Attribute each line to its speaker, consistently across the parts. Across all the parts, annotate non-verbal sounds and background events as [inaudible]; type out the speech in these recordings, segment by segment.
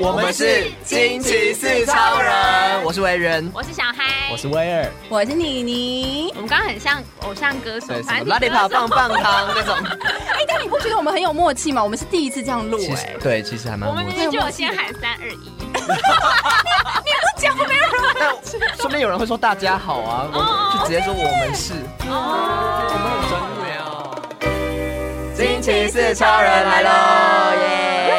Speaker 1: 我
Speaker 2: 们是惊奇四超人，我是维人，
Speaker 3: 我是小嗨，
Speaker 1: 我是威尔，
Speaker 4: 我是妮妮
Speaker 3: 我。们刚刚很像偶像歌手
Speaker 2: 对，，什
Speaker 3: 反
Speaker 2: 么
Speaker 3: 正
Speaker 2: 拉
Speaker 3: 你
Speaker 2: 力
Speaker 3: 歌
Speaker 2: 跑
Speaker 3: 手
Speaker 2: 棒棒糖那种，
Speaker 4: 哎、但你不觉得我们很有默契吗？我们是第一次这样录
Speaker 2: 其
Speaker 4: 哎、
Speaker 2: 实对，其实还蛮
Speaker 3: 我们
Speaker 2: 默
Speaker 3: 明
Speaker 2: 契
Speaker 3: 明就有先喊三二一，
Speaker 2: 但说不定有人会说大家好啊，我就直接说我们是，我们很专业哦。惊奇四超人来喽，
Speaker 4: 哎 [laughs]
Speaker 2: 耶！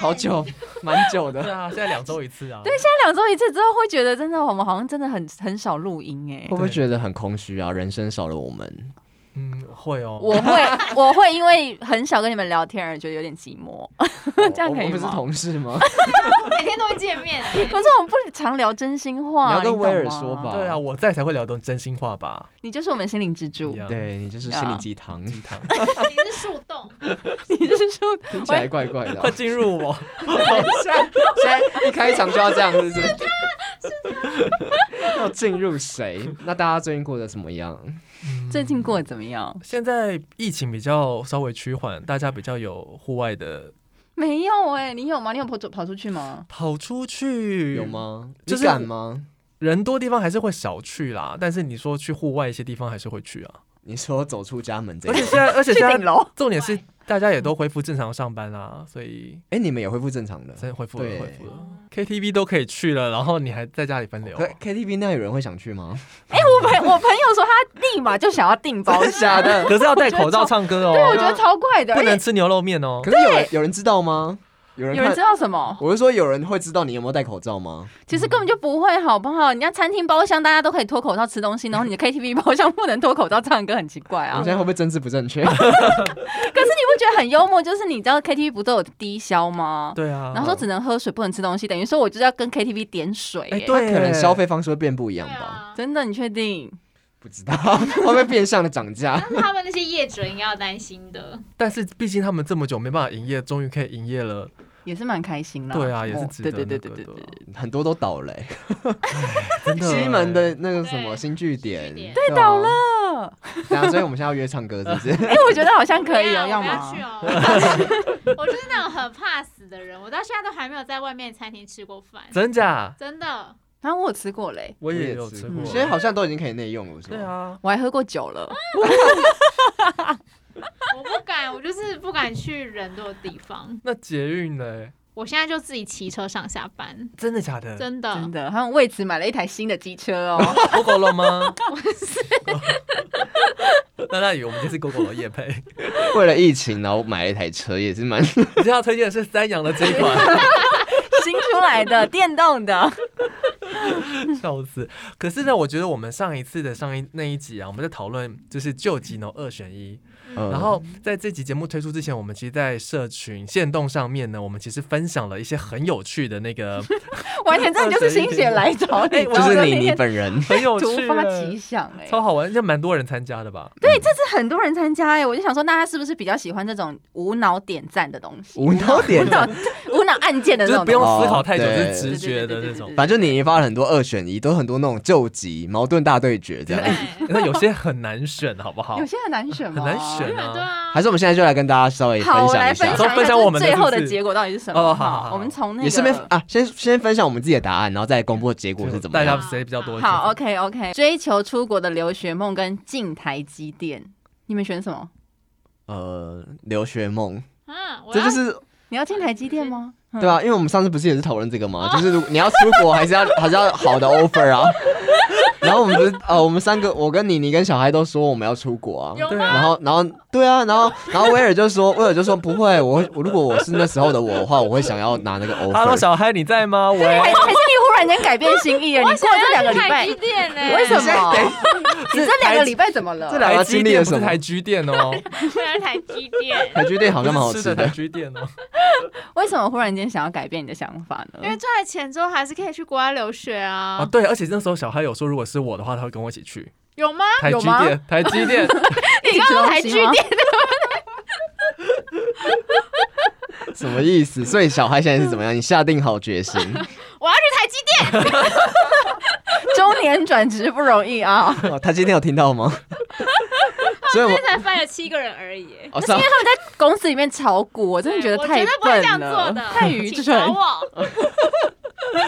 Speaker 2: 好久，蛮久
Speaker 1: 对
Speaker 2: 的，
Speaker 4: [laughs]
Speaker 1: 啊，现在两周一次啊。
Speaker 4: 对，现在两周一次之后，会觉得真的我们好像真的很很少录音哎、
Speaker 2: 会不会觉得很空虚啊？人生少了我们，
Speaker 1: 嗯，会哦。
Speaker 4: 我会 [laughs] 我会因为很少跟你们聊天而觉得有点寂
Speaker 2: [laughs]
Speaker 4: 寞，这样
Speaker 2: 我
Speaker 4: 可以
Speaker 2: 们不是
Speaker 4: 吗？
Speaker 2: 同事吗？
Speaker 3: 每天都会见面，
Speaker 4: 可是我们不常聊真心话，
Speaker 2: 你要跟
Speaker 4: 懂
Speaker 2: 威尔
Speaker 4: 吗
Speaker 2: 说吧
Speaker 1: 对啊，我在才会聊到真心话吧。
Speaker 4: 你就是我们心灵支柱，
Speaker 1: Yeah
Speaker 2: 对你就是心理鸡汤， [laughs]
Speaker 1: 鸡汤，
Speaker 3: 你是树洞，
Speaker 4: [laughs] 你就是说
Speaker 2: 听起来怪怪的啊
Speaker 1: 快。 [laughs] 进入我。
Speaker 2: [laughs] 现在现在一开场就要这样，是不是？要进入谁？那大家最近过得怎么样？
Speaker 4: 最近过得怎么样？
Speaker 1: 现在疫情比较稍微趋缓，大家比较有户外的
Speaker 4: 没有哎、你有吗？你有跑走跑出去吗？
Speaker 1: 跑出去
Speaker 2: 有？吗？
Speaker 1: 就
Speaker 2: 你
Speaker 1: 是
Speaker 2: 敢吗？
Speaker 1: 人多地方还是会少去啦，但是你说去户外一些地方还是会去啊。
Speaker 2: 你说走出家门这
Speaker 1: 而
Speaker 2: 一
Speaker 1: 且
Speaker 2: 点，
Speaker 1: 现在，
Speaker 4: [laughs]
Speaker 1: 而且现在
Speaker 4: 楼。
Speaker 1: 重点是大家也都恢复正常上班啦，所以
Speaker 2: 哎，你们也恢复正常的？
Speaker 1: 真的恢复了，
Speaker 2: 对
Speaker 1: 恢复了。KTV 都可以去了，然后你还在家里分流
Speaker 2: 可 KTV 那有人会想去吗？
Speaker 4: 哎、我朋 [laughs] 我朋友说他立马就想要订包厢，
Speaker 2: 假的。
Speaker 1: 可是要戴口罩唱歌
Speaker 4: 对，我
Speaker 1: 哦，
Speaker 4: 觉得超怪的，
Speaker 1: 不
Speaker 4: 而
Speaker 1: 能
Speaker 4: 且
Speaker 1: 吃牛肉面哦。
Speaker 2: [laughs] 可是有人有人知道吗？有人
Speaker 4: 有人
Speaker 2: 看
Speaker 4: 知？道什么？
Speaker 1: 嗯
Speaker 2: 我是说有人会知道你有没有戴口罩吗？
Speaker 4: 其实根本就不会，好不好？人家餐厅包厢大家都可以脱口罩吃东
Speaker 1: [laughs]
Speaker 4: 西，然后你的 KTV 包厢不能脱口罩唱歌，很奇怪
Speaker 2: 我
Speaker 4: 啊
Speaker 2: 们。现在会不会政治不正确？
Speaker 4: 可是你不觉得很幽默？就是你知道 KTV 不都有低消吗？
Speaker 1: 对啊，
Speaker 4: 然后说只能喝水，不能吃东西，等于说我就是要跟 KTV 点水、
Speaker 1: 哎
Speaker 4: 耶
Speaker 1: 对耶，
Speaker 2: 可能消费方式会变不一
Speaker 3: 对
Speaker 2: 样吧？
Speaker 3: 啊，
Speaker 4: 真的，你确定？
Speaker 2: 不知道 [laughs] 会不会变相的涨价？
Speaker 3: 但是他们那些业主应该要担心的，
Speaker 1: 但是毕竟他们这么久没办法营业，终于可以营业了。
Speaker 4: 也是蛮开心啦。
Speaker 1: 对啊，也是
Speaker 4: 哦
Speaker 1: 值得那
Speaker 4: 对
Speaker 1: 个的。
Speaker 4: 对对对对对。
Speaker 2: 很多都倒了欸，
Speaker 1: 真的欸
Speaker 2: 西门的那个什么
Speaker 3: 对
Speaker 2: 新据点
Speaker 3: 新据点
Speaker 2: 对
Speaker 4: 倒
Speaker 2: 了。
Speaker 4: 了，
Speaker 2: 对啊，所以我们现在要约唱歌，是不是？
Speaker 4: 哎、我觉得好像可以哦，
Speaker 3: [laughs] 啊我
Speaker 2: 啊
Speaker 4: 要
Speaker 3: 不要
Speaker 4: 吗
Speaker 3: 去？哦，我就是那种很怕死的人，我到现在都还没有在外面餐厅吃过饭，
Speaker 1: 真假？
Speaker 3: 真的，
Speaker 4: 然 [laughs] 后、我有吃过嘞，
Speaker 1: 我也有吃过。
Speaker 4: 嗯
Speaker 2: 现在好像都已经可以内用了，是
Speaker 1: 对
Speaker 2: 吗？
Speaker 1: 啊，
Speaker 4: 我还喝过酒了。
Speaker 3: 我不敢，我就是不敢去人多的地方。
Speaker 1: 那捷运呢？
Speaker 3: 我现在就自己骑车上下班，
Speaker 1: 真的假
Speaker 2: 嗯
Speaker 1: 的？
Speaker 3: 真的。
Speaker 4: 真的，他们为此买了一台新的机车哦。 [laughs]
Speaker 1: 狗狗了吗？ [laughs] 那那以为我们就是狗狗的夜配。 [laughs]
Speaker 2: 为了疫情，然后买了一台车，也是蛮……
Speaker 1: 你今天要推荐的是三阳的这一
Speaker 4: [laughs]
Speaker 1: 款，,
Speaker 4: 新出来的电动的，
Speaker 1: 笑死。可是呢，我觉得我们上一次的上一那一集啊，我们在讨论就是救急呢二选一。
Speaker 2: 嗯
Speaker 1: 然后在这集节目推出之前，我们其实，在社群线动上面呢，我们其实分享了一些很有趣的那个
Speaker 4: [laughs] 完全真的就是心血来 [laughs] 潮，你知
Speaker 2: 就
Speaker 4: 道吗
Speaker 2: 是
Speaker 4: 那
Speaker 2: 你，你
Speaker 4: 天
Speaker 2: 本人
Speaker 1: 很有
Speaker 4: 突
Speaker 1: 趣
Speaker 4: 发
Speaker 1: 的
Speaker 4: 奇想哎、
Speaker 1: 超好玩，应该蛮多人参加的吧？
Speaker 4: 对，这次很多人参加哎、我就想说，那他是不是比较喜欢这种无脑点赞的东西？
Speaker 2: 无脑点赞
Speaker 4: 无脑，无脑按键的
Speaker 1: 就
Speaker 4: 那
Speaker 1: 是
Speaker 4: 种
Speaker 1: 不用
Speaker 4: 东西。
Speaker 1: 思考太久，
Speaker 2: 哦
Speaker 1: 就
Speaker 2: 对
Speaker 1: 是直觉的那种
Speaker 4: 对对对对对。
Speaker 2: 反正你也发了很多二选一，都很多那种救急、矛盾大对决这样。
Speaker 3: 对，
Speaker 1: 那有些很难选，好不好
Speaker 4: 有？些很难选吗？
Speaker 1: 很难选
Speaker 3: [laughs] 对
Speaker 1: 啊。
Speaker 3: 啊，
Speaker 2: 哦还是我们现在就来跟大家稍微分
Speaker 4: 好，我
Speaker 2: 享
Speaker 4: 来
Speaker 2: 一
Speaker 4: 分
Speaker 2: 下
Speaker 4: 享一，下
Speaker 1: 都分享我们的
Speaker 4: 最后
Speaker 1: 是
Speaker 4: 的
Speaker 1: 不是
Speaker 4: 结果到底是什么？
Speaker 1: 哦好好好
Speaker 4: 我们从那
Speaker 2: 也顺便
Speaker 4: 个。
Speaker 2: 啊，先先分享我们自己的答案，然后再公布结果是怎么
Speaker 1: 大
Speaker 2: 样
Speaker 1: 家。谁比较多？
Speaker 4: 好，OK OK，追求出国的留学梦跟进台积电，你们选什么？
Speaker 2: 呃，留学梦，
Speaker 3: 嗯，我
Speaker 2: 这
Speaker 3: 要
Speaker 2: 就是
Speaker 4: 你要进台积电吗？
Speaker 2: 对啊，因为我们上次不是也是讨论这个吗？就是如你要出国，还是要还是要好的 offer 啊。然后我们不是呃，我们三个，我跟你，你跟小孩都说我们要出国啊。
Speaker 3: 有
Speaker 1: 对
Speaker 3: 吗？
Speaker 1: 啊
Speaker 2: 然后，然后，对啊，然后，然后威尔就说，威尔就说不会，我我如果我是那时候的我的话，我会想要啊拿那 [laughs] 个
Speaker 1: Hello，
Speaker 2: offer。
Speaker 1: 小嗨，你在吗？
Speaker 4: 还
Speaker 1: 喂，
Speaker 4: 还是你忽然间改变心意了？你 [laughs] 过了这两个礼拜
Speaker 3: 台积，电呢？
Speaker 4: 为什
Speaker 3: [laughs]
Speaker 4: 么？你这两个
Speaker 1: 台积
Speaker 4: 礼拜怎么了？
Speaker 2: 这两个
Speaker 1: 台积
Speaker 2: 经历
Speaker 1: 电
Speaker 2: 了
Speaker 1: 不是
Speaker 2: 什么
Speaker 1: 台积电哦，
Speaker 3: 为了台积
Speaker 4: [laughs]
Speaker 3: 电？
Speaker 2: 台积电好像蛮好
Speaker 1: 不是
Speaker 2: 吃
Speaker 1: 的台
Speaker 2: 的，
Speaker 1: 积电哦。
Speaker 4: 为什么忽然间想要改变你的想法呢？
Speaker 3: 因
Speaker 4: [laughs]
Speaker 3: 为赚了钱之后还是可以去国外留学啊，
Speaker 1: 啊，
Speaker 4: 哦
Speaker 1: 对，而且那时候小嗨有说，如果是我的话，他会跟我一起去
Speaker 3: 有吗？
Speaker 1: 台积
Speaker 4: 有吗
Speaker 1: 电，台积电。
Speaker 4: 你
Speaker 3: 刚刚台积电
Speaker 4: [laughs] 啊
Speaker 2: 什么意思？所以小孩现在是怎么样？你下定好决
Speaker 3: [laughs]
Speaker 2: 心，
Speaker 3: 我要去台积电。
Speaker 4: [laughs] 中年转职不容易啊！ [laughs]
Speaker 3: [laughs]
Speaker 2: 哦台积电有听到吗？所以
Speaker 3: 今
Speaker 2: 我哦
Speaker 3: 天才翻了七个人而已。
Speaker 2: 我
Speaker 4: 是因为他们在公司里面炒股，我真的觉得
Speaker 3: 对
Speaker 4: 太
Speaker 3: 我绝对不会这样
Speaker 4: 笨
Speaker 3: 做
Speaker 4: 了，
Speaker 3: 的，
Speaker 4: [laughs] 太愚
Speaker 3: 请
Speaker 4: 蠢
Speaker 3: 找。
Speaker 4: [laughs]
Speaker 3: 我，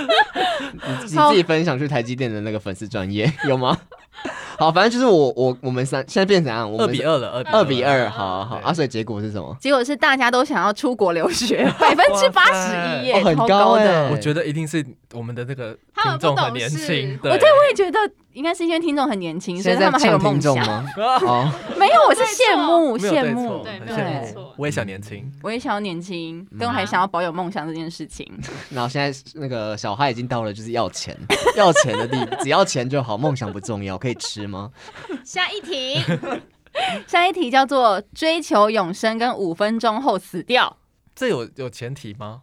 Speaker 2: 你你自己分享去台积电的那个粉丝专业有吗？ [laughs] 好，反正就是我我我们三现在变怎样？我
Speaker 1: 二
Speaker 2: 们
Speaker 1: 比二了，二比
Speaker 2: 二比
Speaker 1: 了
Speaker 2: 二，好好
Speaker 1: 对
Speaker 2: 啊，所以结果是什么？
Speaker 4: 结果是大家都想要出国
Speaker 3: [laughs]
Speaker 4: 留学，百分之八十一
Speaker 2: 哦
Speaker 4: 耶，
Speaker 2: 很
Speaker 4: 超
Speaker 2: 高哎
Speaker 4: 的。
Speaker 1: 我觉得一定是我们的那个
Speaker 3: 他们
Speaker 1: 听
Speaker 3: 不
Speaker 1: 众很
Speaker 3: 懂
Speaker 1: 年
Speaker 3: 事
Speaker 1: 轻，
Speaker 4: 我对我也觉得应该是因为听众很年轻，所
Speaker 2: 现
Speaker 4: 以他
Speaker 2: 在在
Speaker 4: 们还有
Speaker 2: 呛
Speaker 4: 梦
Speaker 2: 听
Speaker 4: 想
Speaker 2: 众。吗？
Speaker 1: 啊
Speaker 2: 哦，
Speaker 4: [laughs] 没有，我是羡慕
Speaker 1: 没有对
Speaker 4: 羡
Speaker 1: 错
Speaker 4: 慕，
Speaker 3: 对
Speaker 1: 很
Speaker 3: 没有
Speaker 1: 羡
Speaker 3: 对
Speaker 1: 慕
Speaker 3: 错
Speaker 1: 我也想年轻，
Speaker 4: 我也想要年轻，
Speaker 2: 嗯
Speaker 4: 但我还想要保有梦想这件事情。
Speaker 2: 然后现在那个小孩已经到了就是要钱要钱的地步，只要钱就好，梦想不重要，可以吃吗？
Speaker 3: 下一
Speaker 4: [laughs]
Speaker 3: 题，
Speaker 4: 下一题叫做追求永生跟五分钟后死掉。
Speaker 1: 这有有前提吗？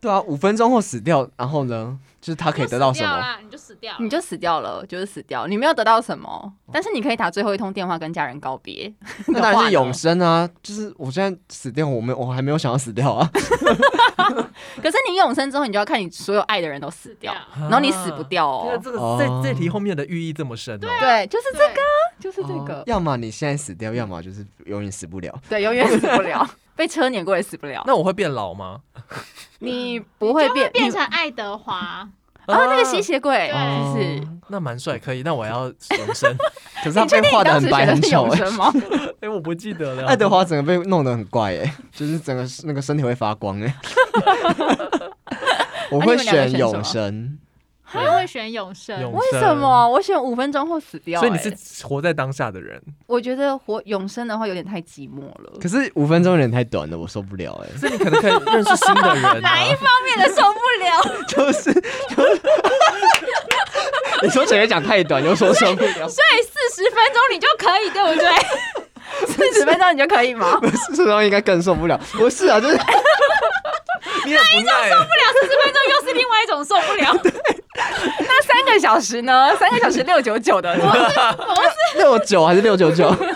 Speaker 2: 对啊，五分钟后死掉，然后呢，就是他可以得到什
Speaker 3: 你就死掉
Speaker 2: 么？
Speaker 3: 啦？你就死掉了，
Speaker 4: 你就死掉了，就是死掉，你没有得到什么，但是你可以打最后一通电话跟家人告别。
Speaker 2: 那当然是
Speaker 4: 的话呢
Speaker 2: 永生啊！就是我现在死掉，我没有我还没有想要死掉 [laughs] 啊。
Speaker 4: 可是你永生之后，你就要看你所有爱的人都死
Speaker 3: 死
Speaker 4: 掉
Speaker 3: 掉，。
Speaker 4: 然后你死不掉
Speaker 3: 啊
Speaker 1: 因为
Speaker 4: 哦。
Speaker 1: 这个
Speaker 2: 哦
Speaker 1: 这这题后面的寓意这么深哦。
Speaker 4: 对，就是这
Speaker 3: 对
Speaker 4: 个，就是这
Speaker 2: 哦
Speaker 4: 个，
Speaker 2: 要么你现在死掉，要么就是永远死不了。
Speaker 4: 对，永远死不
Speaker 2: [laughs]
Speaker 4: 了，被车碾过也死不了。
Speaker 1: 那我会变老吗？
Speaker 4: 你不会变
Speaker 3: 就变成爱德
Speaker 4: [laughs]
Speaker 3: 华，
Speaker 4: 哦，那个吸血鬼
Speaker 3: 对
Speaker 2: 哦
Speaker 4: 是。
Speaker 1: 啊那蛮帅，可以。那我要永生。
Speaker 2: 可是他
Speaker 4: 你确
Speaker 2: 被
Speaker 4: 定
Speaker 2: 画的
Speaker 4: 你当
Speaker 2: 很
Speaker 4: 时
Speaker 2: 白
Speaker 4: 选的
Speaker 2: 很
Speaker 4: 是
Speaker 2: 丑
Speaker 4: 永
Speaker 2: 哎、
Speaker 4: 生吗？
Speaker 1: 哎，我不记得了。
Speaker 2: [laughs] 爱德华整个被弄得很怪哎、就是整个那个身体会发光哎、 [laughs] 我
Speaker 4: 啊
Speaker 2: 会选永生，
Speaker 3: 我也会选永生
Speaker 1: 永。
Speaker 4: 为什么？啊我选五分钟后死掉、
Speaker 1: 所以你
Speaker 4: 欸
Speaker 1: 是活在当下的人。
Speaker 4: 我觉得活永生的话有点太寂寞了。
Speaker 2: 可是五分钟有点太短了，我受不了哎、
Speaker 1: 所以你可能可以认识新的人、
Speaker 3: 哪一
Speaker 1: 啊。
Speaker 3: 方面的受不了？
Speaker 2: [laughs] 就是 [laughs] 就是，你说整个讲太短又说 [laughs] 受不了，
Speaker 3: 对，四十分钟你就可以，对不 [laughs] 对？
Speaker 4: 四十分钟你就可以吗？
Speaker 2: 不是这种应该更受不了，不是啊，就是
Speaker 1: 你很不耐。
Speaker 3: 不了四十分钟又是另外一种受不
Speaker 4: [laughs]
Speaker 3: 了。
Speaker 4: 那三个小时呢？三个小时六九
Speaker 2: [laughs]
Speaker 4: 九的，
Speaker 2: 六九还是六九 [laughs] 九。
Speaker 3: 四十分钟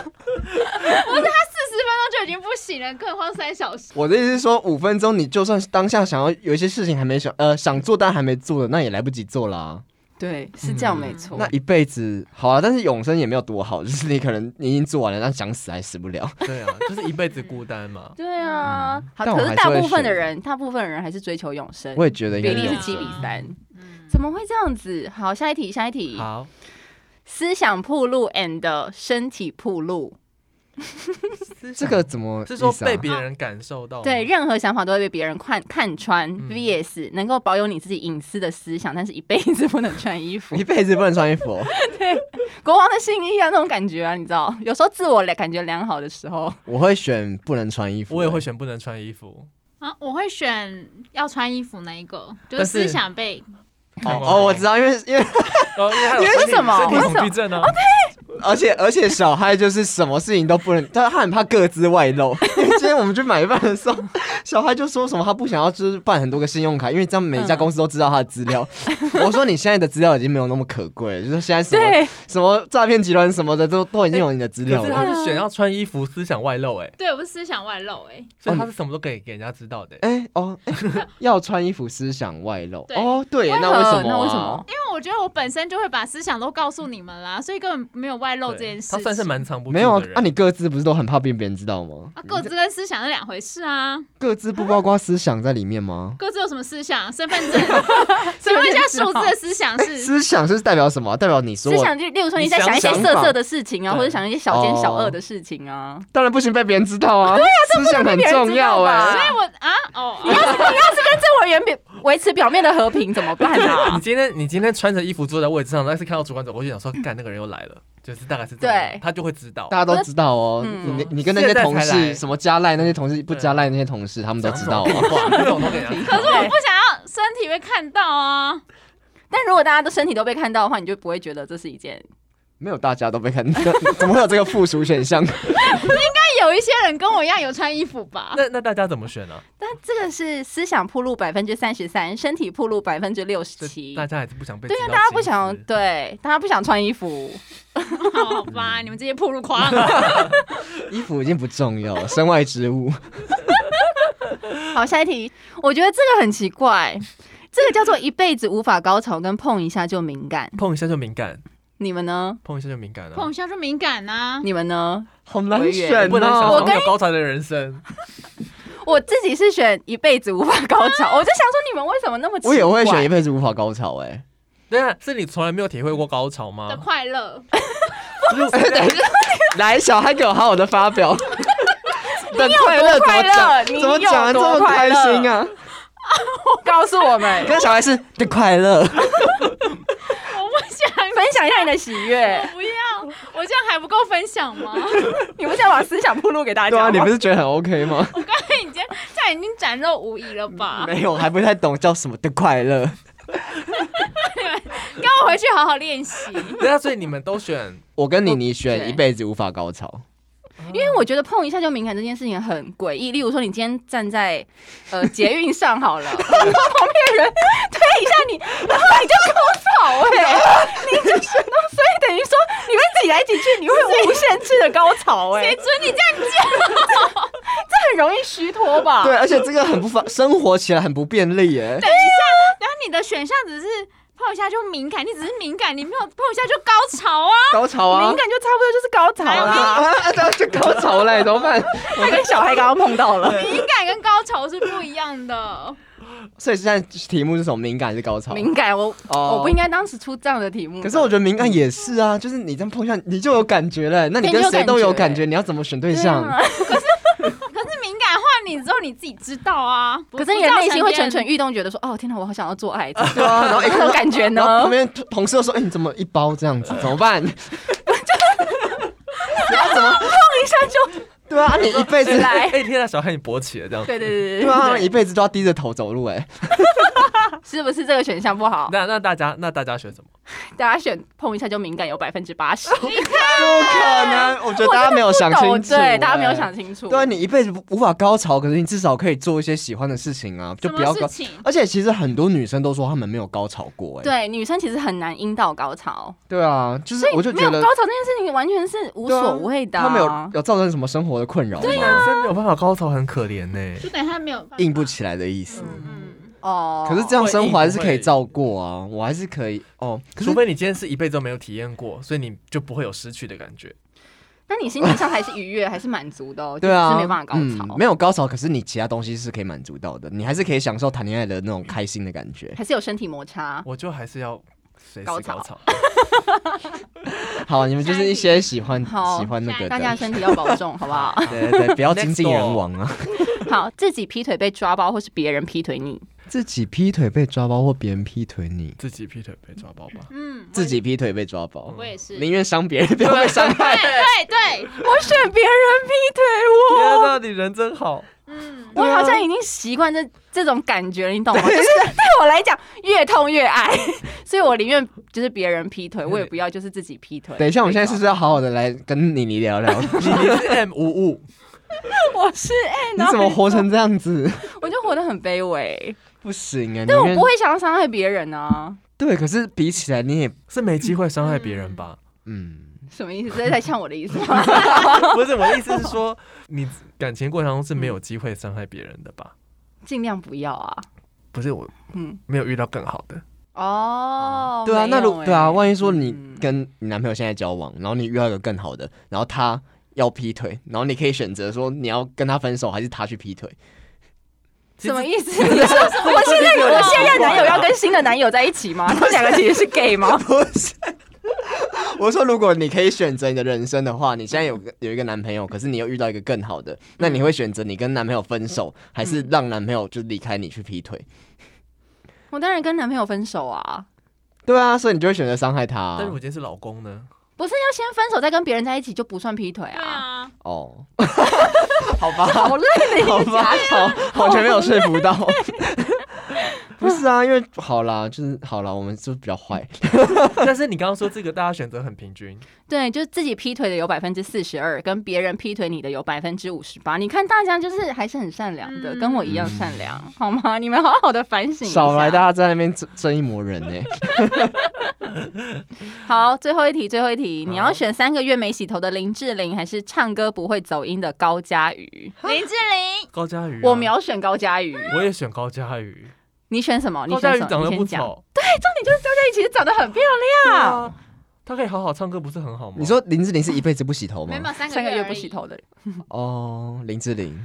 Speaker 3: 就已经不行了，更何况三小时。
Speaker 2: 我的意思是说，五分钟你就算当下想要有一些事情还没想，呃，想做但还没做的，那也来不及做啦、
Speaker 4: [laughs] 对，是这样
Speaker 1: 嗯
Speaker 4: 没错。
Speaker 2: 那一辈子好啊，但是永生也没有多好，就是你可能你已经做完了，但想死还死不
Speaker 4: [laughs]
Speaker 2: 了。
Speaker 1: 对啊，就是一辈子孤单嘛。
Speaker 4: 对啊，好，
Speaker 2: 但我
Speaker 4: 可
Speaker 2: 还
Speaker 4: 是
Speaker 2: 是
Speaker 4: 大
Speaker 2: 会
Speaker 4: 部分的
Speaker 2: 选
Speaker 4: 人，大部分人还是追求永生，
Speaker 2: 我也觉得应
Speaker 4: 比
Speaker 2: 该
Speaker 4: 例
Speaker 2: 有
Speaker 4: 是
Speaker 3: 永
Speaker 4: 七比
Speaker 3: 生
Speaker 4: 三。
Speaker 3: 嗯，
Speaker 4: 怎么会这样子？好，下一题，下一题。
Speaker 1: 好，
Speaker 4: 思想铺路 and 身体铺路，
Speaker 2: 这个怎么意思啊、
Speaker 1: 是说被别人感受
Speaker 2: 哦
Speaker 1: 到吗。
Speaker 4: 对，任何想法都会被别人看看穿。
Speaker 1: 嗯
Speaker 4: VS 能够保有你自己隐私的思想，但是一辈子不能穿衣服
Speaker 2: 一。辈子不能穿衣服哦，
Speaker 4: 国王的新衣啊，那种感觉啊，你知道，有时候自我感觉良好的时候，
Speaker 2: 我会选不能穿衣服。
Speaker 1: 我也会选不能穿衣服。
Speaker 3: 啊，我会选要穿衣服那一个，就
Speaker 1: 但
Speaker 3: 是
Speaker 1: 是
Speaker 3: 思想被
Speaker 2: 哦哦，我知道，因为因为
Speaker 1: 哦，因为他有
Speaker 4: 你为
Speaker 1: 身体
Speaker 4: 什么
Speaker 1: 身体
Speaker 4: 为
Speaker 1: 恐
Speaker 4: 什
Speaker 1: 惧
Speaker 4: 么
Speaker 1: 症啊。
Speaker 2: 而且而且小嗨就是什么事情都不能，他他很怕各自外
Speaker 4: [laughs]
Speaker 2: 露。因为今天我们去买饭的时候，小嗨就说什么他不想要就是办很多个信用卡，因为这样每一家公司都知道他的资
Speaker 4: [laughs]
Speaker 2: 料。我说你现在的资料已经没有那么可贵了，就是现在什么
Speaker 4: 对，
Speaker 2: 什么诈骗集团什么的都都已经有你的资料
Speaker 1: 可是
Speaker 2: 了。
Speaker 1: 他是选要穿衣服，思想外露，哎，
Speaker 3: 对，我是思想外露哎、
Speaker 1: 所以他是什么都可以给人家知道的。哎
Speaker 2: 哎、哦、哎要穿衣服思想外露
Speaker 3: 对
Speaker 2: 哦，对，
Speaker 4: 为
Speaker 2: 那为什么、啊？
Speaker 4: [laughs] 那为什么？？
Speaker 3: 因为我觉得我本身就会把思想都告诉你们啦，所以根本没有外露这件事情。
Speaker 1: 他算是蛮藏不住
Speaker 2: 没有啊
Speaker 1: 的人。？
Speaker 2: 啊你各自不是都很怕被别人知道吗？
Speaker 3: 啊，各自跟思想是两回事啊，
Speaker 2: 各自不包括思想在里面吗？
Speaker 3: 各自有什么思想？身份证，请问一下数字的思想是？
Speaker 2: 思想是代表什么啊？代表你说
Speaker 4: 思
Speaker 2: 我
Speaker 4: 想就例如说你在
Speaker 1: 你
Speaker 4: 想一些
Speaker 2: 想
Speaker 4: 色
Speaker 2: 法
Speaker 4: 色的事情啊，
Speaker 1: 对
Speaker 4: 或者想一些小奸小恶的事情啊。
Speaker 2: 当然不行被别人知道啊，对思想很重要
Speaker 4: 吧
Speaker 3: 所
Speaker 2: 哎、
Speaker 3: 以我啊哦，
Speaker 4: 那我原本维持表面的和平怎么办
Speaker 1: [laughs] 你
Speaker 4: 啊？
Speaker 1: 今天你今天穿着衣服坐在位置上，但是看到主管走过去，想说，干那个人又来了，就是大概是这样
Speaker 4: 对
Speaker 1: 他就会知道
Speaker 2: 大。家都知道哦，
Speaker 4: 嗯
Speaker 2: 你你跟那些同
Speaker 1: 现在才来
Speaker 2: 事什么加赖那些同事不加赖那些同事，他们都知道
Speaker 1: 讲
Speaker 2: 哦。
Speaker 1: 什么屁话，这种都给人
Speaker 4: [laughs]
Speaker 1: 家知道
Speaker 3: 可是我不想要身体被看到啊，
Speaker 4: 但如果大家都身体都被看到的话，你就不会觉得这是一件。
Speaker 2: 没有大家都被看，怎么会有这个附属选项？
Speaker 3: 但有一些人跟我一样有穿衣服
Speaker 1: [laughs]
Speaker 3: 吧？
Speaker 1: 那那大家怎么选呢、啊
Speaker 4: 但这个是思想铺路百分之三十三，身体铺路百分之六十
Speaker 1: 这
Speaker 4: 七。
Speaker 1: 大家还是不想被
Speaker 4: 对
Speaker 1: 呀、
Speaker 4: 啊，大家不想对，大家不想穿衣服。
Speaker 3: 好哦好吧，你们这些破路狂。
Speaker 2: 衣服已经不重要了，身外之物。
Speaker 4: 好，下一题，我觉得这个很奇怪，这个叫做一辈子无法高潮跟碰一下就敏感。
Speaker 1: 碰一下就敏感，
Speaker 4: 你们呢？
Speaker 1: 碰一下就敏感了，啊
Speaker 3: 碰一下就敏感啊呐、
Speaker 4: 你们呢？
Speaker 2: 好
Speaker 1: 我
Speaker 2: 难
Speaker 1: 也
Speaker 4: 啊
Speaker 2: 选
Speaker 1: 不能想
Speaker 2: 哦。
Speaker 1: 象会有高潮的人生。
Speaker 4: 我自己是选一辈子无法高潮，我就想说你们为什么那么奇怪？
Speaker 2: 我也会选一辈子无法高潮哎、
Speaker 1: 对啊，是你从来没有体会过高潮
Speaker 3: 的
Speaker 4: [laughs]
Speaker 1: 吗？
Speaker 3: 快乐。
Speaker 1: 就是
Speaker 2: 等一下，来，小孩给我好好的发
Speaker 4: [laughs]
Speaker 2: 表。等快乐怎么讲？怎么讲的
Speaker 4: 你有多快乐
Speaker 2: 这么开心啊？
Speaker 4: 告诉我们，
Speaker 2: 跟小孩是的快乐，
Speaker 3: 我不想，
Speaker 4: 分享一下你的喜
Speaker 3: 我
Speaker 4: 悦。
Speaker 3: 不要，我这样还不够分享吗？ [laughs]
Speaker 4: 你不想把思想铺路给大
Speaker 2: 对啊，
Speaker 4: 家吗？
Speaker 2: 你不是觉得很 OK
Speaker 4: [laughs]
Speaker 2: 吗？
Speaker 3: 我刚才已经，这样已经展露无遗了
Speaker 4: 嗯
Speaker 3: 吧？
Speaker 2: 没有，还不太懂叫什么的快乐。
Speaker 3: 跟我回去好好练习。
Speaker 1: [laughs] 对啊，所以你们
Speaker 4: [laughs]
Speaker 1: 都选
Speaker 2: 我跟你，你选
Speaker 4: 对
Speaker 2: 一辈子无法高潮。
Speaker 4: 因为我觉得碰一下就敏感这件事情很诡异。例如说，你今天站在呃捷运上好了，旁边人推一下你，然后你就高潮哎、你就选到，所以等于说你会挤来挤去，你会无限制的高潮哎、
Speaker 3: 谁准你这样讲？
Speaker 4: 这很容易虚脱吧？
Speaker 2: 对，而且这个很不方，生活起来很不便利耶。
Speaker 4: 啊
Speaker 3: 然后你的选项只是碰一下就敏感，你只是敏感，你没有碰一下就高潮
Speaker 4: [laughs]
Speaker 3: 啊！
Speaker 2: 高潮啊！
Speaker 4: 敏感就差不多就是高潮
Speaker 3: 还有
Speaker 4: 啦。
Speaker 2: 啊，啊 [laughs] 这样就高潮嘞，怎么办？ [laughs]
Speaker 4: 他跟小孩刚刚碰到了，
Speaker 3: 敏感跟高潮是不一样的。
Speaker 2: 所以现在题目是什么？敏感还是高潮？
Speaker 4: 敏感我
Speaker 2: 哦
Speaker 4: 我不应该当时出这样的题目。
Speaker 2: 可是我觉得敏感也是啊，就是你这样碰一下，你就有感觉了。那你
Speaker 4: 对
Speaker 2: 跟
Speaker 4: 你有
Speaker 2: 谁都有感
Speaker 4: 感觉
Speaker 2: 觉，你要怎么选对
Speaker 4: 对
Speaker 2: 象？
Speaker 4: 啊，
Speaker 3: 可是敏感换你之后，你自己知道
Speaker 4: [laughs]
Speaker 3: 啊。不
Speaker 4: 可是你的内心会
Speaker 3: 不造
Speaker 4: 蠢。蠢
Speaker 3: 成别人
Speaker 4: 欲动，觉得说哦天哪，我好想要做爱，这
Speaker 2: 对啊，然后一看
Speaker 4: 种
Speaker 2: 到
Speaker 4: 感觉
Speaker 2: [laughs] 然后
Speaker 4: 呢
Speaker 2: 旁？边同事又说：“哎、你怎么一包这样子？怎么办？” [laughs] 你要怎么？
Speaker 4: 一下就
Speaker 2: 对啊，你一辈子，
Speaker 4: 来
Speaker 1: 哎、天啊，小汉你勃起了这样。
Speaker 4: 对对对
Speaker 2: 对啊，一辈子都要低着头走路、
Speaker 4: [laughs]
Speaker 2: 哎，
Speaker 4: 是不是这个选项不好？
Speaker 1: 那那大家那大家选什么？
Speaker 4: 大家选碰一下就敏感有百分之八十，
Speaker 2: 不
Speaker 4: 啊
Speaker 2: 可能！我觉得大家没有 [laughs] 想清
Speaker 4: 懂
Speaker 2: 楚、
Speaker 4: 对，
Speaker 2: 哎
Speaker 4: 大家没有想。清楚。
Speaker 2: 对啊，你一辈子无法高潮，可是你至少可以做一些喜欢的事情啊，就不要
Speaker 3: 什
Speaker 2: 高
Speaker 3: 么事。情？
Speaker 2: 而且其实很多女生都说她们没有高潮过、哎，
Speaker 4: 对女生其实很难阴道高潮，
Speaker 2: 对啊，就是
Speaker 4: 所以
Speaker 2: 我就
Speaker 4: 没
Speaker 2: 觉
Speaker 4: 有
Speaker 2: 得
Speaker 4: 高潮这件事情完全是无所谓的啊。啊
Speaker 2: 他们有有造成什么生活的困扰吗？
Speaker 1: 男生没有办法高潮，很可怜呢、
Speaker 3: 就等一下没有办法
Speaker 2: 硬不起来的意思。
Speaker 3: 嗯，
Speaker 4: 哦，
Speaker 2: 可是这样生活还是可以照过啊，我还是可以哦。可是
Speaker 1: 除非你今天是一辈子都没有体验过，所以你就不会有失去的感觉。
Speaker 4: 那你心情上还是愉悦，还是满足的哦，
Speaker 2: [laughs] 对啊，
Speaker 4: 就是没办法高
Speaker 2: 嗯
Speaker 4: 潮
Speaker 2: 没，有高潮，可是你其他东西是可以满足到的，你还是可以享受谈恋爱的那种开心的感 [laughs] 觉。
Speaker 4: 还是有身体摩擦。
Speaker 1: 我就还是要随时
Speaker 4: 高潮 [laughs]
Speaker 1: 高潮。
Speaker 2: 好，你们就是一些喜欢
Speaker 4: 好
Speaker 2: 喜欢那个
Speaker 4: 大家
Speaker 2: 的，
Speaker 4: 身体要保重，好不好？
Speaker 2: 对对 [laughs] 对，不要
Speaker 1: Next
Speaker 2: 精尽人亡啊！
Speaker 4: [laughs] 好，自己劈腿被抓包，或是别人劈腿你，
Speaker 2: [laughs] 自己劈腿被抓包或别人劈腿你，
Speaker 1: 自己劈腿被抓包吧。
Speaker 3: 嗯，
Speaker 2: 自己劈腿被抓包，
Speaker 3: 我也是。
Speaker 2: 宁愿伤别人，不要被伤 [laughs] 害。
Speaker 3: 对对，
Speaker 4: 我选别人劈腿
Speaker 1: [laughs] 天啊，你人真好。
Speaker 3: 嗯，
Speaker 4: 我，我好像已经习惯这这种感觉了，你懂吗？就是对我来讲，越痛越爱， [laughs] 所以我宁愿就是别人劈腿，我也不要就是自己劈腿。
Speaker 2: 等一下，我们现在是不是要好好的来跟妮妮聊 [laughs] 聊？
Speaker 1: 你你是 M 五五，
Speaker 4: 我是哎，
Speaker 2: 你
Speaker 4: 然后
Speaker 2: 怎么活成这样子？ [laughs]
Speaker 4: 我就活得很卑微，
Speaker 2: 不行哎，
Speaker 4: 但我
Speaker 2: 宁愿
Speaker 4: 不会想要伤害别人啊。
Speaker 2: 对，可是比起来你也
Speaker 1: 是没机会伤害别人吧？
Speaker 2: 嗯，
Speaker 4: 什么意思？这是在呛我的意思
Speaker 2: [laughs]
Speaker 4: 吗？嗯
Speaker 1: 不是，我的意思是说，你感情过程中是没有机会伤害别人的吧？
Speaker 4: 尽量不要啊。
Speaker 1: 不是，我
Speaker 4: 嗯，
Speaker 1: 没有遇到更好的。
Speaker 4: 哦，
Speaker 2: 对啊，
Speaker 4: 没
Speaker 2: 那如
Speaker 4: 有欸
Speaker 2: 对啊，万一说你
Speaker 4: 嗯
Speaker 2: 跟你男朋友现在交往，然后你遇到一个更好的，然后他要劈腿，然后你可以选择说你要跟他分手，还是他去劈腿？
Speaker 1: 其
Speaker 4: 什
Speaker 1: 实
Speaker 4: 么意思？ [laughs] 你说我现
Speaker 1: 这
Speaker 4: 任
Speaker 1: 个
Speaker 4: 我现任男友要跟新的男友在一起吗？他们两个其实是 gay 吗？
Speaker 2: 不是，我说如果你可以选择你的人生的话，你现在有
Speaker 4: 嗯
Speaker 2: 个有一个男朋友，可是你又遇到一个更好的，那你会选择你跟男朋友分手，还
Speaker 4: 嗯
Speaker 2: 是让男朋友就离开你去劈腿？
Speaker 4: 我当然跟男朋友分手啊，
Speaker 2: 对啊，所以你就会选择伤害他啊、
Speaker 1: 但是我今天是老公呢，
Speaker 4: 不是要先分手再跟别人在一起就不算劈腿
Speaker 3: 对
Speaker 4: 啊？ [laughs]
Speaker 3: 啊，
Speaker 2: 哦，好吧，
Speaker 4: 好累的一
Speaker 2: 好
Speaker 4: 个
Speaker 2: 吧，好，完全没有说服
Speaker 4: [laughs]
Speaker 2: 到。不是啊，因为好啦，就是好啦，我们就是比较坏。
Speaker 1: 但是你刚刚说这个大家选择很平均，
Speaker 4: 对，就是自己劈腿的有百分之四十二，跟别人劈腿你的有百分之五十八。你看大家就是还是很善良的，
Speaker 3: 嗯
Speaker 4: 跟我一样善良， [laughs] 好吗？你们好好的反省一下。
Speaker 2: 少来，大家在那边争争一模人呢、
Speaker 1: 啊
Speaker 4: 好，最后一题，最后一题，
Speaker 1: 好
Speaker 4: 你要选三个月没洗头的林志玲，还是唱歌不会走音的高佳瑜？
Speaker 3: 林志玲，
Speaker 1: 高佳瑜啊、
Speaker 4: 我秒选高佳瑜。
Speaker 1: 我也选高佳瑜，
Speaker 4: 你选什么？你
Speaker 1: 高
Speaker 4: 选
Speaker 1: 佳瑜
Speaker 4: 什么？
Speaker 1: 长得
Speaker 4: 你
Speaker 1: 不
Speaker 4: 先讲。
Speaker 1: 丑，
Speaker 4: 那你就是张嘉译其实长得很漂亮。
Speaker 1: 啊，他可以好好唱歌，不是很好吗？
Speaker 2: 你说林志玲是一辈子不洗头吗
Speaker 3: 没？有三个
Speaker 4: 三个月
Speaker 3: 月
Speaker 4: 不洗，头的人，
Speaker 2: 哦，林志玲，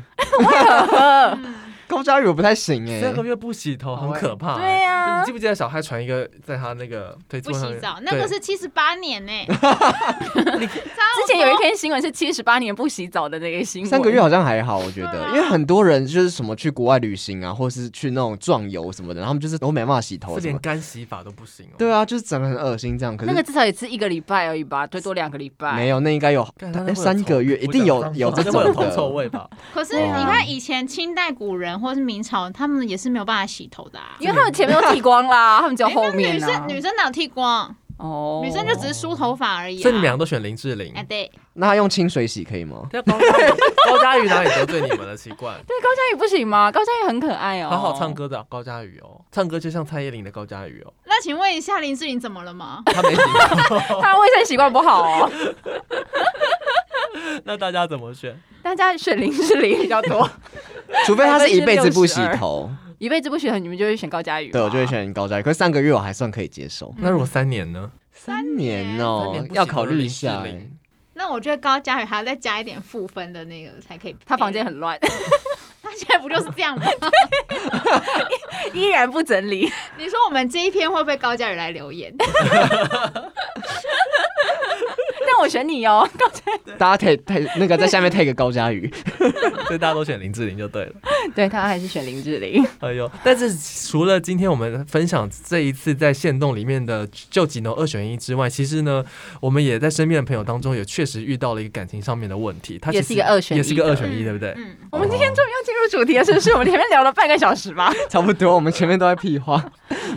Speaker 3: 嗯
Speaker 2: 高佳宇我不太行哎、
Speaker 1: 三个月不洗头很可怕、
Speaker 4: 对呀
Speaker 1: 你记不记得小嗨传一个，在他那个推
Speaker 3: 不
Speaker 1: 特上
Speaker 3: 洗澡，那个是七十八年
Speaker 4: [laughs]
Speaker 3: 呢。
Speaker 4: 之前有一篇新闻是七十八年不洗澡的那个新闻，
Speaker 2: 三个月好像还好，我觉
Speaker 3: 对
Speaker 2: 得，
Speaker 3: 啊
Speaker 2: 因为很多人就是什么去国外旅行啊，或是去那种壮游什么的，然后他们就是都没办法洗头
Speaker 1: 是
Speaker 2: 什
Speaker 1: 连
Speaker 2: 么。
Speaker 1: 干洗法都不行哦。
Speaker 2: 对啊，就是整个很恶心这样。可
Speaker 4: 那个
Speaker 2: 是
Speaker 4: 至少也是一个礼拜而已吧，最多两个礼拜。
Speaker 2: 没有，那应该有
Speaker 1: 干
Speaker 2: 大
Speaker 1: 他
Speaker 2: 概
Speaker 1: 那会有
Speaker 2: 哎三个月，
Speaker 1: 臭
Speaker 2: 一定有
Speaker 1: 我
Speaker 2: 有
Speaker 1: 讲
Speaker 2: 这
Speaker 1: 脏话会
Speaker 2: 种
Speaker 1: 有
Speaker 2: 的
Speaker 1: 铜臭味吧？
Speaker 3: [laughs] 可是
Speaker 2: 哦
Speaker 3: 你看以前清代古人或是明朝，他们也是没有办法洗头的啊。
Speaker 4: 因为他们前面都剃光啦，他们只有
Speaker 3: 因为
Speaker 4: 后面
Speaker 3: 女生
Speaker 4: 啊。
Speaker 3: 女生哪有剃光？
Speaker 4: 哦，
Speaker 3: 女生就只是梳头发而已啊。
Speaker 1: 所以你们俩都选林志玲 [laughs] 啊
Speaker 3: 哎，对，
Speaker 2: 那他用清水洗可以吗？
Speaker 1: 但高嘉瑜高嘉瑜哪里得罪你们了？奇
Speaker 3: [laughs]
Speaker 1: 怪，
Speaker 4: 对高佳宇不行吗？高佳宇很可爱哦，
Speaker 1: 好好唱。歌的高嘉瑜哦，唱歌就像蔡依林的高嘉瑜哦，
Speaker 3: 那请问一下林志玲怎么了吗？
Speaker 1: 他没洗头， [laughs]
Speaker 4: 他卫生习惯不好哦，
Speaker 1: 那大家怎么
Speaker 3: 嗯
Speaker 1: 选？
Speaker 4: [laughs] 大家选林志玲比较多，
Speaker 2: 除非他是一辈子不洗头，
Speaker 4: 一辈子不选，你们就会选高佳宇。
Speaker 2: 对，我就会。选高佳宇。可是三个月我还算可以接受，
Speaker 1: 那如果三年呢？
Speaker 2: 三
Speaker 3: 年
Speaker 2: 年
Speaker 1: 三
Speaker 2: 哦
Speaker 1: 年不，洗
Speaker 2: 要
Speaker 1: 头
Speaker 2: 考
Speaker 1: 的
Speaker 2: 虑
Speaker 1: 林
Speaker 2: 一
Speaker 1: 志
Speaker 2: 下欸。
Speaker 1: 玲
Speaker 3: 那我觉得高佳宇还要再加一点负分的那个才可以。哎
Speaker 4: 他房间，很乱，
Speaker 3: 他现在不就是这样
Speaker 4: [laughs]
Speaker 3: 吗？
Speaker 4: 依然不整理。
Speaker 3: 你说我们这一篇会不会高佳宇来留言？
Speaker 4: [laughs] 但我选你哦，高佳
Speaker 2: 大家 take take 那个在下面 take 高佳宇，
Speaker 1: 所以大家都选林志玲就对了。
Speaker 4: 对他还是选林志玲。
Speaker 1: 哎呦，但是除了今天我们分享这一次在线动里面的就几能二选一之外，其实呢，我们也在身边的朋友当中也确实遇到了一个感情上面的问题，它
Speaker 4: 嗯也
Speaker 1: 其实
Speaker 4: 是一个二选一
Speaker 1: 也是一个
Speaker 4: 的
Speaker 1: 二选一，对不对？
Speaker 3: 嗯，
Speaker 4: 我们今天终于要进入主题了，是不是？我们前面聊了半个小时吧。
Speaker 2: 差不多。我们前面都在屁话，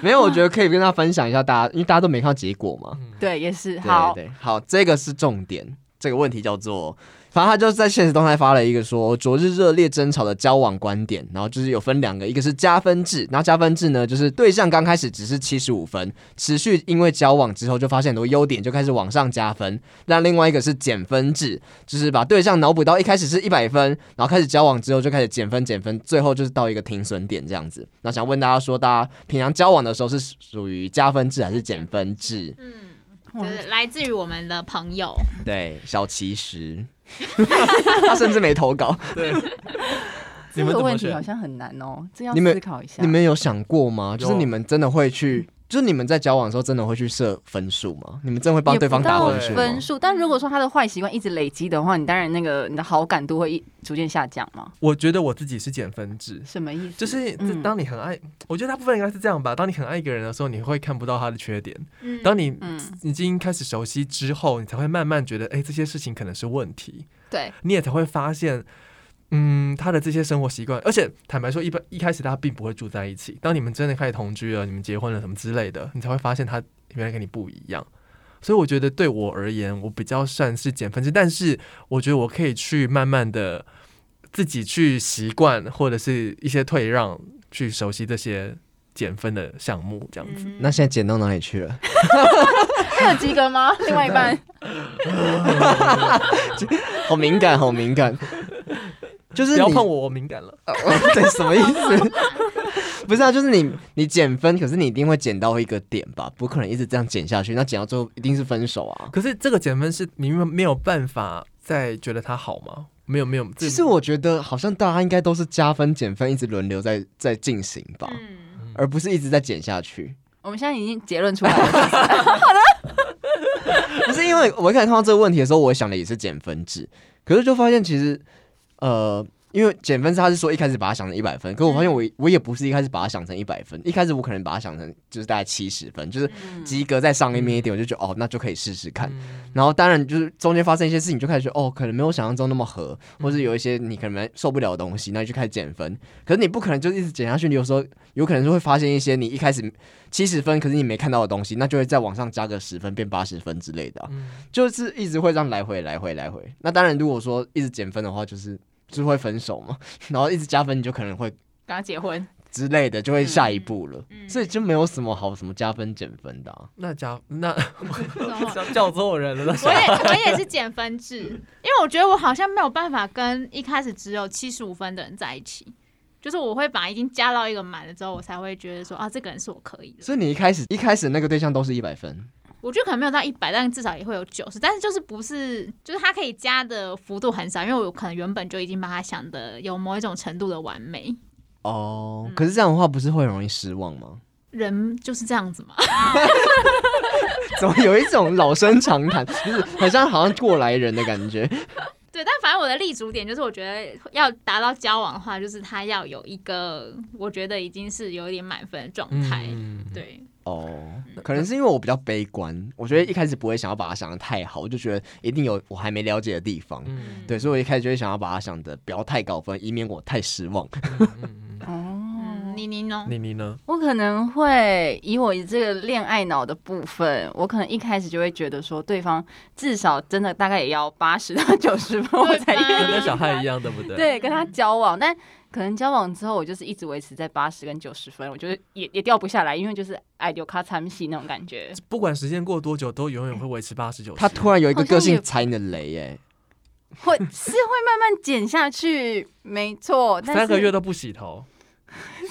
Speaker 2: 没有，我觉得可以跟大家分享一下，大家因为大家都没看到结果嘛。
Speaker 4: [laughs] 对，也是好。
Speaker 2: 对对对，好，这个是重点。这个问题叫做，反正他就是在现实动态发了一个说，昨日热烈争吵的交往观点，然后就是有分两个，一个是加分制，然后加分制呢，就是对象刚开始只是七十五分，持续因为交往之后就发现很多优点，就开始往上加分。那另外一个是减分制，就是把对象脑补到一开始是一百分，然后开始交往之后就开始减分减分，最后就是到一个停损点这样子。那想问大家说，大家平常交往的时候是属于加分制还是减分制？
Speaker 3: 嗯，就是来自于我们的朋友，
Speaker 2: 对，小奇
Speaker 1: [laughs]
Speaker 2: 石，他甚至没投稿。
Speaker 1: 对。你
Speaker 4: 这
Speaker 1: 们
Speaker 4: 个
Speaker 1: 怎
Speaker 4: 问
Speaker 1: 么
Speaker 4: 题好
Speaker 1: 选？
Speaker 4: 像很难哦，这要
Speaker 2: 你们
Speaker 4: 思考一下。
Speaker 2: 你们有想过吗？就是
Speaker 1: 有
Speaker 2: 你们真的会去，就是你们在交往的时候真的会去设分数吗？你们真的会帮对方打分数
Speaker 1: 也
Speaker 2: 吗？
Speaker 1: 不
Speaker 4: 分数，但如果说他的坏习惯一直累积的话，你当然那个你的好感度会一逐渐下降嘛？
Speaker 1: 我觉得我自己是减分制，
Speaker 4: 什么意思？
Speaker 1: 就是这
Speaker 4: 嗯
Speaker 1: 当你很爱，我觉得大部分应该是这样吧。当你很爱一个人的时候，你会看不到他的缺点；
Speaker 3: 嗯，
Speaker 1: 当你
Speaker 4: 嗯
Speaker 1: 已经开始熟悉之后，你才会慢慢觉得，哎、这些事情可能是问题，
Speaker 4: 对，
Speaker 1: 你也才会发现，嗯，他的这些生活习惯。而且坦白说，一般一开始大家并不会住在一起，当你们真的开始同居了，你们结婚了什么之类的，你才会发现他原来跟你不一样。所以我觉得对我而言，我比较算是减分制，但是我觉得我可以去慢慢的自己去习惯，或者是一些退让，去熟悉这些减分的项目，这样子。
Speaker 3: 嗯
Speaker 2: 那现在减到哪里去了？ [laughs]
Speaker 4: 他有及格吗？另外一半，
Speaker 2: 好敏感，好敏感。就是
Speaker 1: 不要
Speaker 2: 你
Speaker 1: 碰我，我敏感了。
Speaker 2: [laughs] 对什么意思？ [laughs] 不是啊，就是你你减分，可是你一定会减到一个点吧？不可能一直这样减下去，那减到最后一定是分手啊。
Speaker 1: 可是这个减分是你们没有办法再觉得他好吗？没有没有，这
Speaker 2: 其实我觉得好像大家应该都是加分减分一直轮流在在进行吧，
Speaker 3: 嗯，
Speaker 2: 而不是一直在减下去。 [laughs]
Speaker 4: 我们现在已经结论出来了，
Speaker 2: 不是因为我一开始看到这个问题的时候，我想的也是减分制，可是就发现其实呃。因为减分制，他是说一开始把它想成一百分，可我发现我我也不是一开始把它想成一百分，一开始我可能把它想成就是大概七十分，就是
Speaker 3: 嗯
Speaker 4: 嗯
Speaker 2: 及格再上一面一点，我就觉得哦，那就可以试试看。
Speaker 1: 嗯
Speaker 2: 然后当然就是中间发生一些事情，就开始觉得哦，可能没有想象中那么合，
Speaker 3: 嗯
Speaker 2: 或者有一些你可能受不了的东西，那你就开始减分。可是你不可能就一直减下去，你有时候有可能就会发现一些你一开始七十分，可是你没看到的东西，那就会再往上加个十分，变八十分之类的啊、
Speaker 1: 嗯
Speaker 2: 就是一直会这样来回来回来回。那当然，如果说一直减分的话，就是就是会分手嘛， [laughs] 然后一直加分，你就可能会
Speaker 4: 跟他结婚，
Speaker 2: 之类的，就会下一步了。
Speaker 3: 嗯
Speaker 2: 所以就没有什么好什么加分减分的、啊。
Speaker 1: 那家那
Speaker 3: 我
Speaker 1: [laughs] 叫叫错人了，那是
Speaker 3: 也我也是减分制，因为我觉得我好像没有办法跟一开始只有七十五分的人在一起，就是我会把已经加到一个满了之后，我才会觉得说啊，这个人是我可以的。
Speaker 2: 所以你一开始一开始那个对象都是一百分。
Speaker 3: 我觉得可能没有到一百，但至少也会有九十。但是就是不是，就是它可以加的幅度很少，因为我可能原本就已经把它想的有某一种程度的完美。
Speaker 2: 哦，可是这样的话不是会容易失望吗？ [laughs]
Speaker 3: 人就是这样子嘛， [laughs]
Speaker 2: 怎么有一种老生常谈，就是很像好像过来人的感觉？
Speaker 3: 对。但反正我的立足点就是，我觉得要达到交往的话，就是他要有一个，我觉得已经是有一点满分的状态。
Speaker 1: 嗯，
Speaker 3: 对，
Speaker 2: 哦，可能是因为我比较悲观，我觉得一开始不会想要把它想的太好，我就觉得一定有我还没了解的地方。
Speaker 1: 嗯
Speaker 2: 对，所以我一开始就会想要把它想的不要太高分，以免我太失望。
Speaker 3: 嗯，
Speaker 4: 哦，
Speaker 3: 你你呢？
Speaker 1: 你你呢？
Speaker 4: 我可能会以我这个恋爱脑的部分，我可能一开始就会觉得说，对方至少真的大概也要八十到九十分，我
Speaker 3: 对
Speaker 4: 才
Speaker 3: 吧嗯
Speaker 4: 愿
Speaker 1: 跟
Speaker 4: 意
Speaker 1: 那小孩一样，对不对？
Speaker 4: 嗯对跟他交往。但可能交往之后，我就是一直维持在八十跟九十分，我觉得也也掉不下来，因为就是爱丢卡参戏那种感
Speaker 3: [laughs]
Speaker 4: 觉。
Speaker 1: 不管时间过多久，都永远会维持八十九。
Speaker 2: 他突然有一个
Speaker 4: 好像
Speaker 2: 个性
Speaker 4: 也
Speaker 2: 踩你的雷、耶，
Speaker 4: 会是会慢慢减下去，没错。但是
Speaker 1: 三个月都不洗头，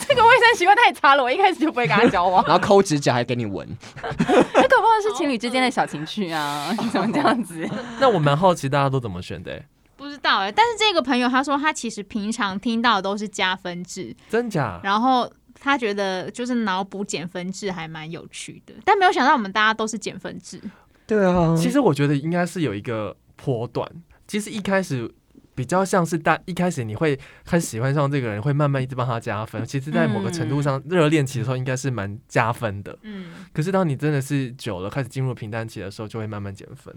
Speaker 4: 这个卫生习惯太差了，我一开始就不会跟他交
Speaker 3: [laughs]
Speaker 4: 往。
Speaker 2: 然后抠指甲还给你闻，
Speaker 4: 那搞不好是情侣之间的
Speaker 3: 哦
Speaker 4: 小情趣啊， [laughs] 怎么这
Speaker 2: [laughs]
Speaker 4: 样子？
Speaker 1: 那我蛮好奇大家都怎么选的、欸
Speaker 3: 不知道哎、但是这个朋友他说他其实平常听到的都是加分制，
Speaker 1: 真
Speaker 2: 啊
Speaker 1: 假？
Speaker 3: 然后他觉得就是脑补减分制还蛮有趣的，但没有想到我们大家都是减分制。
Speaker 2: 对啊
Speaker 1: 其实我觉得应该是有一个波段。其实一开始比较像是大一开始你会开始喜欢上这个人，会慢慢一直帮他加分。其实，在某个程度上，热恋期的时候应该是蛮加分的。
Speaker 3: 嗯，
Speaker 1: 可是当你真的是久了，开始进入平淡期的时候，就会慢慢减分。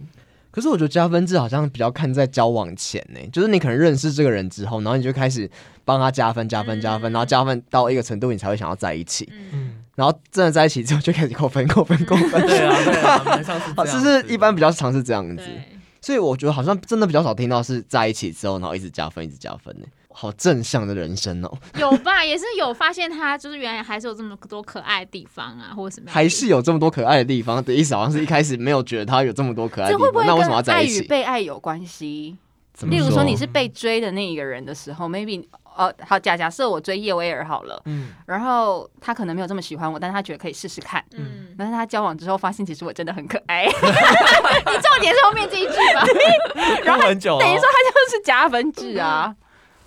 Speaker 2: 可是我觉得加分制好像比较看在交往前呢、就是你可能认识这个人之后，然后你就开始帮他加分、加分、加
Speaker 4: 嗯
Speaker 2: 分，然后加分到一个程度，你才会想要在一起。
Speaker 1: 嗯，
Speaker 2: 然后真的在一起之后，就开始扣分、扣分、扣分。
Speaker 4: [laughs]
Speaker 1: 对啊，对啊，蛮像是这
Speaker 2: 好，
Speaker 1: 样
Speaker 2: 是
Speaker 1: 子
Speaker 2: 不是一般比较常是这样子？
Speaker 3: 对，
Speaker 2: 所以我觉得好像真的比较少听到是在一起之后，然后一直加分、一直加分呢、好正向的人生哦、
Speaker 4: 嗯
Speaker 3: 有吧， [laughs] 也是有发现他就是原来还是有这么多可爱的地方啊，或者什么样的
Speaker 2: 还是有这么多可爱的地方的意思，好像是一开始没有觉得他有这么多可爱的
Speaker 4: 这
Speaker 2: 地
Speaker 4: 会不
Speaker 2: 方，
Speaker 4: 会
Speaker 2: 啊那为什
Speaker 4: 跟
Speaker 2: 么要在
Speaker 4: 爱
Speaker 2: 一
Speaker 4: 与
Speaker 2: 起？
Speaker 4: 被爱有关系？
Speaker 2: 怎么
Speaker 4: 例如说你是被追的那一个人的时候，maybe 呃，好假假设我追叶薇儿好了，
Speaker 1: 嗯，
Speaker 4: 然后他可能没有这么喜欢我，但他觉得可以试试看。
Speaker 3: 嗯，
Speaker 4: 但是他交往之后发现，其实我真的很可爱，
Speaker 3: [laughs] 你重点是后面这一句
Speaker 2: [laughs]
Speaker 3: 吧，
Speaker 1: 然后很久、哦，
Speaker 4: [laughs] 等于说他就是加分制啊。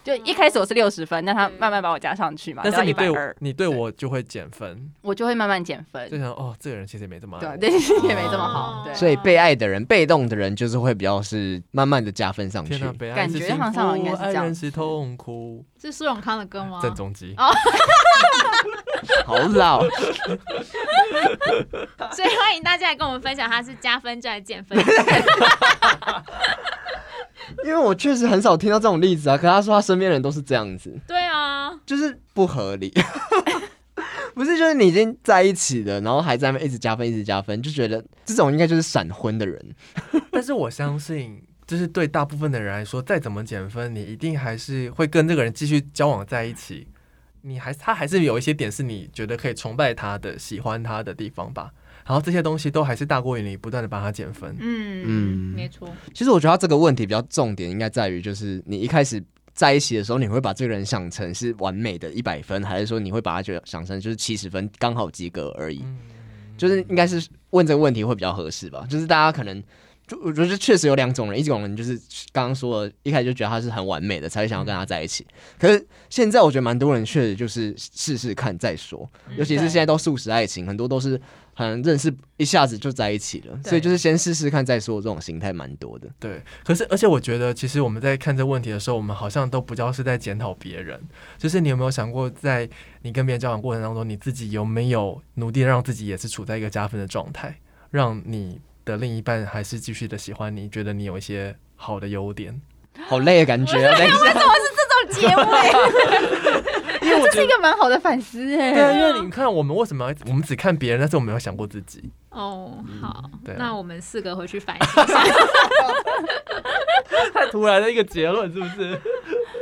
Speaker 4: 就一开始我是六十分，但他慢慢把我加上去嘛，
Speaker 1: 但是
Speaker 4: 到
Speaker 1: 你
Speaker 4: 一百
Speaker 1: 对我
Speaker 4: 二，
Speaker 1: 你对我就会减分，
Speaker 4: 我就会慢慢减分
Speaker 1: 就。想哦，这个人其实也没这么爱
Speaker 4: 对
Speaker 1: 我。
Speaker 4: 对， [laughs] 也没这么
Speaker 3: 哦
Speaker 4: 好。对，
Speaker 2: 所以被爱的人、被动的人，就是会比较是慢慢的加分上去
Speaker 1: 天。哪，北
Speaker 4: 啊感
Speaker 1: 岸是
Speaker 4: 觉
Speaker 1: 幸
Speaker 4: 好像应该
Speaker 1: 福，
Speaker 4: 是这
Speaker 1: 爱
Speaker 4: 样啊
Speaker 1: 人是痛苦。
Speaker 3: 是苏永康的歌吗？
Speaker 1: 郑中基
Speaker 3: 哦
Speaker 2: 好老，
Speaker 3: 所以欢迎大家来跟我们分享他是加分制还是减分
Speaker 2: [laughs]
Speaker 3: 制。
Speaker 2: [laughs] 因为我确实很少听到这种例子啊。可他说他身边人都是这样子，
Speaker 3: 对啊，
Speaker 2: 就是不合理。 [laughs] 不是，就是你已经在一起了，然后还在那边一直加分，一直加分，就觉得这种应该就是闪婚的人。
Speaker 1: 但是我相信，就是对大部分的人来说，再怎么减分，你一定还是会跟这个人继续交往在一起。你还他还是有一些点是你觉得可以崇拜他的、喜欢他的地方吧。然后这些东西都还是大过于你不断的帮他减分。
Speaker 3: 嗯
Speaker 2: 嗯
Speaker 3: 没错，
Speaker 2: 其实我觉得他这个问题比较重点，应该在于就是你一开始在一起的时候，你会把这个人想成是完美的一百分，还是说你会把他觉得想成就是七十分刚好及格而已？就是应该是问这个问题会比较合适吧。就是大家可能就我觉得确实有两种人，一种人就是刚刚说的，一开始就觉得他是很完美的，才会想要跟他在一起。可是现在我觉得蛮多人确实就是试试看再说，尤其是现在都素食爱情，很多都是可能认识一下子就在一起了，
Speaker 4: 对
Speaker 2: 所以就是先试试看再说，这种心态蛮多的。
Speaker 1: 对，可是而且我觉得，其实我们在看这问题的时候，我们好像都不叫是在检讨别人，就是你有没有想过，在你跟别人交往过程当中，你自己有没有努力让自己也是处在一个加分的状态，让你的另一半还是继续的喜欢你，觉得你有一些好的优点？
Speaker 2: 好累的感觉啊！等一下，
Speaker 4: 这种结尾，这是一个蛮好的反思哎。
Speaker 1: 对啊，因为你看我们为什么要我们只看别人，但是我们没有想过自己。
Speaker 3: 哦，好，
Speaker 1: 对啊
Speaker 3: 那我们四个回去反
Speaker 1: [laughs]
Speaker 3: 省一下。
Speaker 1: 太突然的一个结论，是不是？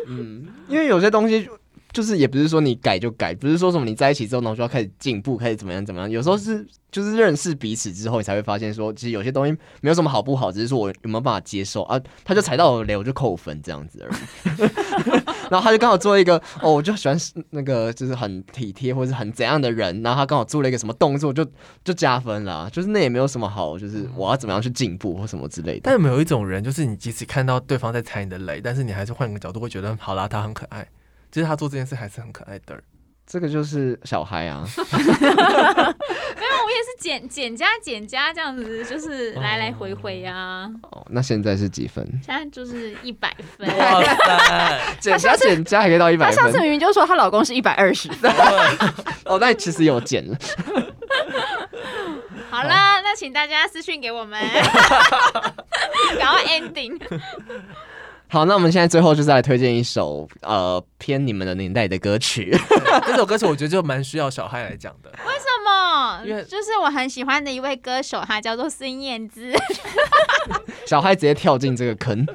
Speaker 2: 嗯，因为有些东西就是也不是说你改就改，不是说什么你在一起之后然后就要开始进步，开始怎么样怎么样。有时候是就是认识彼此之后，你才会发现说，其实有些东西没有什么好不好，只是说我有没有办法接受啊。他就踩到我的雷，我就扣分这样子而已。 [laughs] 然后他就刚好做一个哦，我就喜欢那个就是很体贴或者是很怎样的人，然后他刚好做了一个什么动作就就加分啦，就是那也没有什么好，就是我要怎么样去进步或什么之类的。
Speaker 1: [laughs] 但有没有一种人，就是你即使看到对方在踩你的雷，但是你还是换个角度会觉得，嗯好啦，他很可爱，其实他做这件事还是很可爱的。
Speaker 2: 这个就是小孩啊，
Speaker 3: 没有，我也是减减加减加这样子，就是
Speaker 1: 哦
Speaker 3: 来来回回啊。
Speaker 2: 哦，那现在是几分？
Speaker 3: 现在就是一百分，
Speaker 5: 哇塞，
Speaker 2: 减加减加还可以到一百
Speaker 4: 她上次
Speaker 2: [laughs] 分
Speaker 4: 明明就说她老公是一百二十，
Speaker 2: 哦，那其实有减了。 [laughs]
Speaker 3: 好啦，那请大家私讯给我
Speaker 1: [laughs]
Speaker 3: 们，然后 ending。
Speaker 2: 好，那我们现在最后就是来推荐一首呃偏你们的年代的歌曲， [laughs]
Speaker 1: [laughs] 这首歌曲我觉得就蛮需要小孩来讲的。
Speaker 3: 为什么
Speaker 1: 因为？
Speaker 3: 就是我很喜欢的一位歌手，他叫做孙燕
Speaker 1: [laughs]
Speaker 3: 姿，
Speaker 2: 小孩直接跳进这个坑。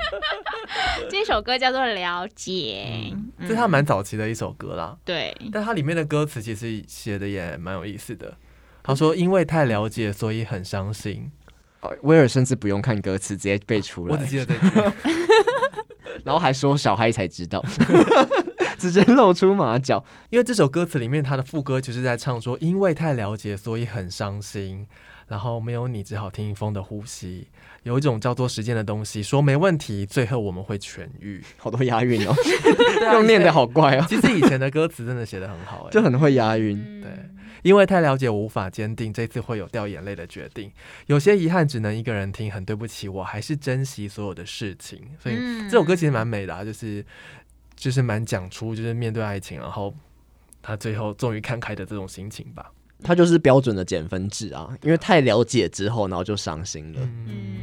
Speaker 3: 这首歌叫做《了解》，嗯
Speaker 1: 这是他蛮早期的一首歌啦，
Speaker 3: 对，
Speaker 1: 但它里面的歌词其实写的也蛮有意思的。他说：“因为太了解，所以很伤心。
Speaker 2: 哦威尔甚至不用看歌词，直接背”出
Speaker 1: 我只
Speaker 2: 来，
Speaker 1: 记得这句。
Speaker 2: 然后还说小孩才知道， [laughs] 直接露出马脚。
Speaker 1: 因为这首歌词里面，它的副歌就是在唱说：“因为太了解，所以很伤心。然后没有你，只好听风的呼吸。有一种叫做时间的东西，说没问题，最后我们会痊愈。
Speaker 2: 好多押 [laughs] 韵哦，又念的好怪哦，
Speaker 1: 其实以前的歌词真的写的很好、欸，
Speaker 2: 就很会押韵。
Speaker 3: 嗯
Speaker 1: 对因为太了解，无法坚定这次会有掉眼泪的决定。有些遗憾只能一个人听，很对不起，我还是珍惜所有的事情。所以
Speaker 3: 嗯
Speaker 1: 这首歌其实蛮美的、啊，就是就是蛮讲出就是面对爱情，然后他最后终于看开的这种心情吧。
Speaker 2: 他就是标准的减分制啊，因为太了解之后，然后就伤心了。
Speaker 1: 嗯
Speaker 3: 嗯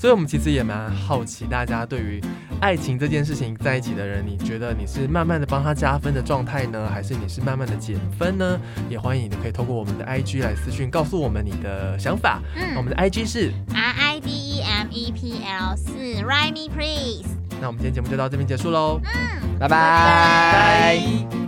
Speaker 1: 所以，我们其实也蛮好奇，大家对于爱情这件事情，在一起的人，你觉得你是慢慢的帮他加分的状态呢，还是你是慢慢的减分呢？也欢迎你可以透过我们的 IG 来私讯告诉我们你的想法。
Speaker 3: 嗯
Speaker 1: 我们的 IG 是，
Speaker 3: R I D E M E P L 四 r i m e Please。
Speaker 1: 那我们今天节目就到这边结束喽。
Speaker 2: 嗯拜拜
Speaker 1: 拜